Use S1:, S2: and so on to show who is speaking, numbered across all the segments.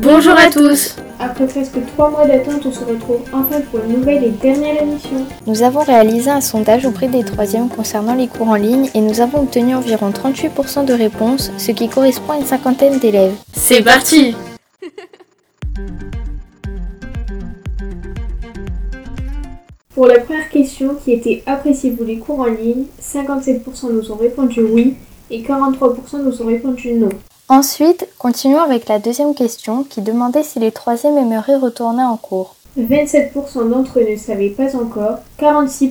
S1: Bonjour à tous
S2: Après presque trois mois d'attente, on se retrouve enfin pour une nouvelle et dernière émission.
S3: Nous avons réalisé un sondage auprès des troisièmes concernant les cours en ligne et nous avons obtenu environ 38% de réponses, ce qui correspond à une cinquantaine d'élèves.
S1: C'est parti
S2: Pour la première question qui était appréciez-vous les cours en ligne, 57% nous ont répondu oui et 43% nous ont répondu non.
S3: Ensuite, continuons avec la deuxième question qui demandait si les troisièmes aimeraient retourner en cours.
S2: 27% d'entre eux ne savaient pas encore, 46%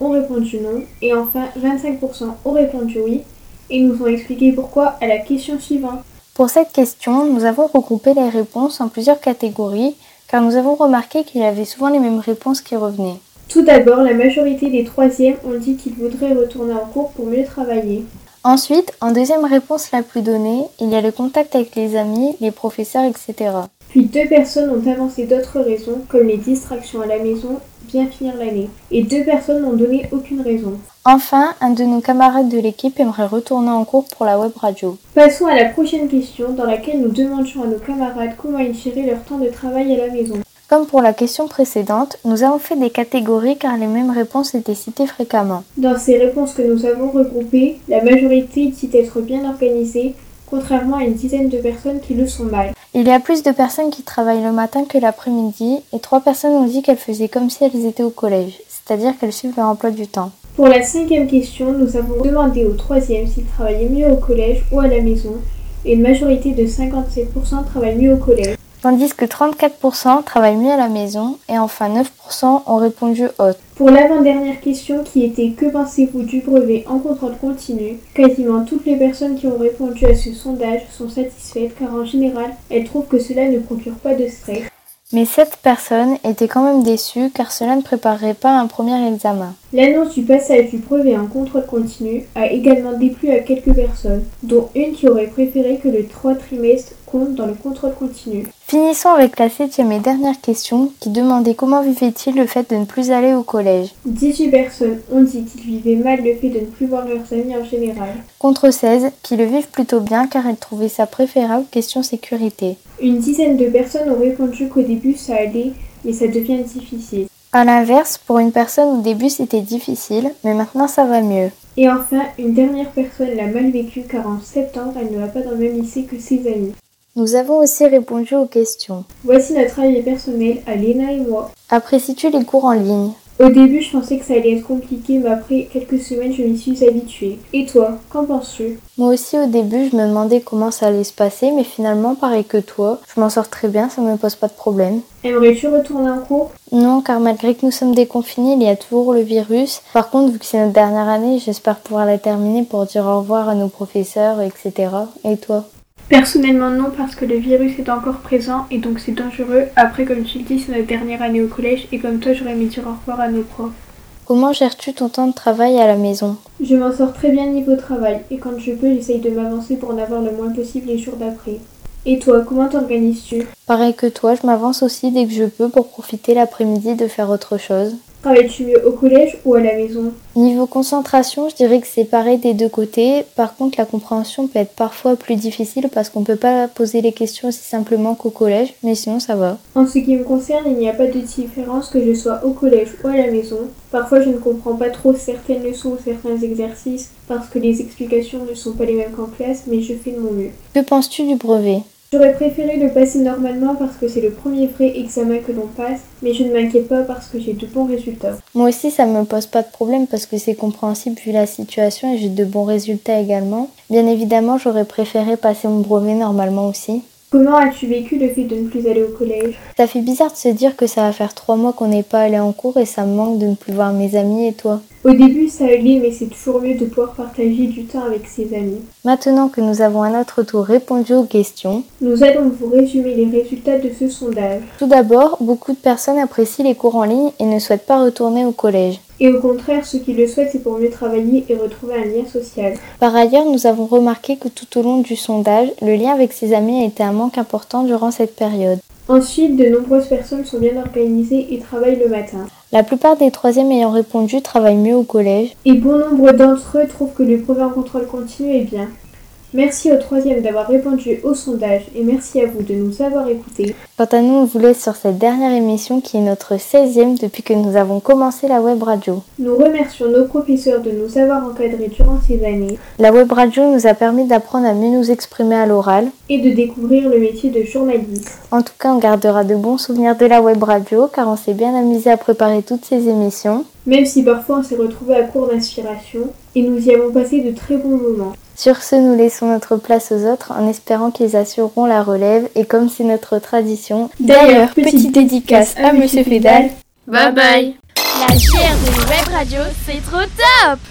S2: ont répondu non et enfin 25% ont répondu oui et nous ont expliqué pourquoi à la question suivante.
S3: Pour cette question, nous avons regroupé les réponses en plusieurs catégories car nous avons remarqué qu'il y avait souvent les mêmes réponses qui revenaient.
S2: Tout d'abord, la majorité des troisièmes ont dit qu'ils voudraient retourner en cours pour mieux travailler.
S3: Ensuite, en deuxième réponse la plus donnée, il y a le contact avec les amis, les professeurs, etc.
S2: Puis deux personnes ont avancé d'autres raisons, comme les distractions à la maison, bien finir l'année. Et deux personnes n'ont donné aucune raison.
S3: Enfin, un de nos camarades de l'équipe aimerait retourner en cours pour la web radio.
S2: Passons à la prochaine question dans laquelle nous demandions à nos camarades comment ils géraient leur temps de travail à la maison.
S3: Comme pour la question précédente, nous avons fait des catégories car les mêmes réponses étaient citées fréquemment.
S2: Dans ces réponses que nous avons regroupées, la majorité dit être bien organisée, contrairement à une dizaine de personnes qui le sont mal.
S3: Il y a plus de personnes qui travaillent le matin que l'après-midi et trois personnes ont dit qu'elles faisaient comme si elles étaient au collège, c'est-à-dire qu'elles suivent leur emploi du temps.
S2: Pour la cinquième question, nous avons demandé aux troisièmes s'ils travaillaient mieux au collège ou à la maison, et une majorité de 57% travaillent mieux au collège
S3: tandis que 34% travaillent mieux à la maison et enfin 9% ont répondu haute.
S2: Pour l'avant-dernière question qui était Que pensez-vous du brevet en contrôle continu Quasiment toutes les personnes qui ont répondu à ce sondage sont satisfaites car en général elles trouvent que cela ne procure pas de stress.
S3: Mais cette personne était quand même déçue car cela ne préparerait pas un premier examen.
S2: L'annonce du passage du brevet en contrôle continu a également déplu à quelques personnes, dont une qui aurait préféré que le 3 trimestre compte dans le contrôle continu.
S3: Finissons avec la septième et dernière question qui demandait comment vivait-il le fait de ne plus aller au collège.
S2: 18 personnes ont dit qu'ils vivaient mal le fait de ne plus voir leurs amis en général.
S3: Contre 16 qui le vivent plutôt bien car elles trouvaient ça préférable question sécurité.
S2: Une dizaine de personnes ont répondu qu'au début ça allait mais ça devient difficile.
S3: A l'inverse, pour une personne au début c'était difficile mais maintenant ça va mieux.
S2: Et enfin, une dernière personne l'a mal vécu car en septembre elle ne va pas dans le même lycée que ses amis.
S3: Nous avons aussi répondu aux questions.
S2: Voici notre avis personnel à Léna et moi.
S3: Apprécies-tu les cours en ligne
S2: Au début, je pensais que ça allait être compliqué, mais après quelques semaines, je m'y suis habituée. Et toi, qu'en penses-tu
S3: Moi aussi, au début, je me demandais comment ça allait se passer, mais finalement, pareil que toi, je m'en sors très bien, ça ne me pose pas de problème.
S2: Aimerais-tu retourner en cours
S3: Non, car malgré que nous sommes déconfinés, il y a toujours le virus. Par contre, vu que c'est notre dernière année, j'espère pouvoir la terminer pour dire au revoir à nos professeurs, etc. Et toi
S2: Personnellement non parce que le virus est encore présent et donc c'est dangereux. Après comme tu le dis c'est notre dernière année au collège et comme toi j'aurais aimé dire au revoir à nos profs.
S3: Comment gères-tu ton temps de travail à la maison
S2: Je m'en sors très bien niveau travail et quand je peux j'essaye de m'avancer pour en avoir le moins possible les jours d'après. Et toi comment t'organises-tu
S3: Pareil que toi, je m'avance aussi dès que je peux pour profiter l'après-midi de faire autre chose.
S2: Travailles-tu mieux au collège ou à la maison
S3: Niveau concentration, je dirais que c'est pareil des deux côtés. Par contre, la compréhension peut être parfois plus difficile parce qu'on ne peut pas poser les questions aussi simplement qu'au collège, mais sinon ça va.
S2: En ce qui me concerne il n'y a pas de différence que je sois au collège ou à la maison. Parfois je ne comprends pas trop certaines leçons ou certains exercices parce que les explications ne sont pas les mêmes qu'en classe mais je fais de mon mieux.
S3: Que penses-tu du brevet
S2: J'aurais préféré le passer normalement parce que c'est le premier vrai examen que l'on passe, mais je ne m'inquiète pas parce que j'ai de bons résultats.
S3: Moi aussi, ça me pose pas de problème parce que c'est compréhensible vu la situation et j'ai de bons résultats également. Bien évidemment, j'aurais préféré passer mon brevet normalement aussi.
S2: Comment as-tu vécu le fait de ne plus aller au collège
S3: Ça fait bizarre de se dire que ça va faire trois mois qu'on n'est pas allé en cours et ça me manque de ne plus voir mes amis et toi.
S2: Au début ça allait mais c'est toujours mieux de pouvoir partager du temps avec ses amis.
S3: Maintenant que nous avons à notre tour répondu aux questions,
S2: Nous allons vous résumer les résultats de ce sondage.
S3: tout d'abord, beaucoup de personnes apprécient les cours en ligne et ne souhaitent pas retourner au collège.
S2: Et au contraire ceux qui le souhaitent c'est pour mieux travailler et retrouver un lien social.
S3: Par ailleurs, nous avons remarqué que tout au long du sondage, le lien avec ses amis a été un manque important durant cette période.
S2: Ensuite de nombreuses personnes sont bien organisées et travaillent le matin.
S3: La plupart des troisièmes ayant répondu travaillent mieux au collège.
S2: Et bon nombre d'entre eux trouvent que le programme contrôle continu est bien. Merci au troisième d'avoir répondu au sondage et merci à vous de nous avoir écoutés.
S3: Quant à nous, on vous laisse sur cette dernière émission qui est notre 16e depuis que nous avons commencé la web radio.
S2: Nous remercions nos professeurs de nous avoir encadrés durant ces années
S3: La web radio nous a permis d'apprendre à mieux nous exprimer à l'oral.
S2: et de découvrir le métier de journaliste.
S3: En tout cas, on gardera de bons souvenirs de la web radio car on s'est bien amusé à préparer toutes ces émissions.
S2: Même si parfois on s'est retrouvé à court d'inspiration et nous y avons passé de très bons moments.
S3: Sur ce, nous laissons notre place aux autres en espérant qu'ils assureront la relève et comme c'est notre tradition,
S1: D'ailleurs, petite
S3: dédicace
S2: à Monsieur Fédal
S1: Bye bye
S4: La chair de Web Radio, c'est trop top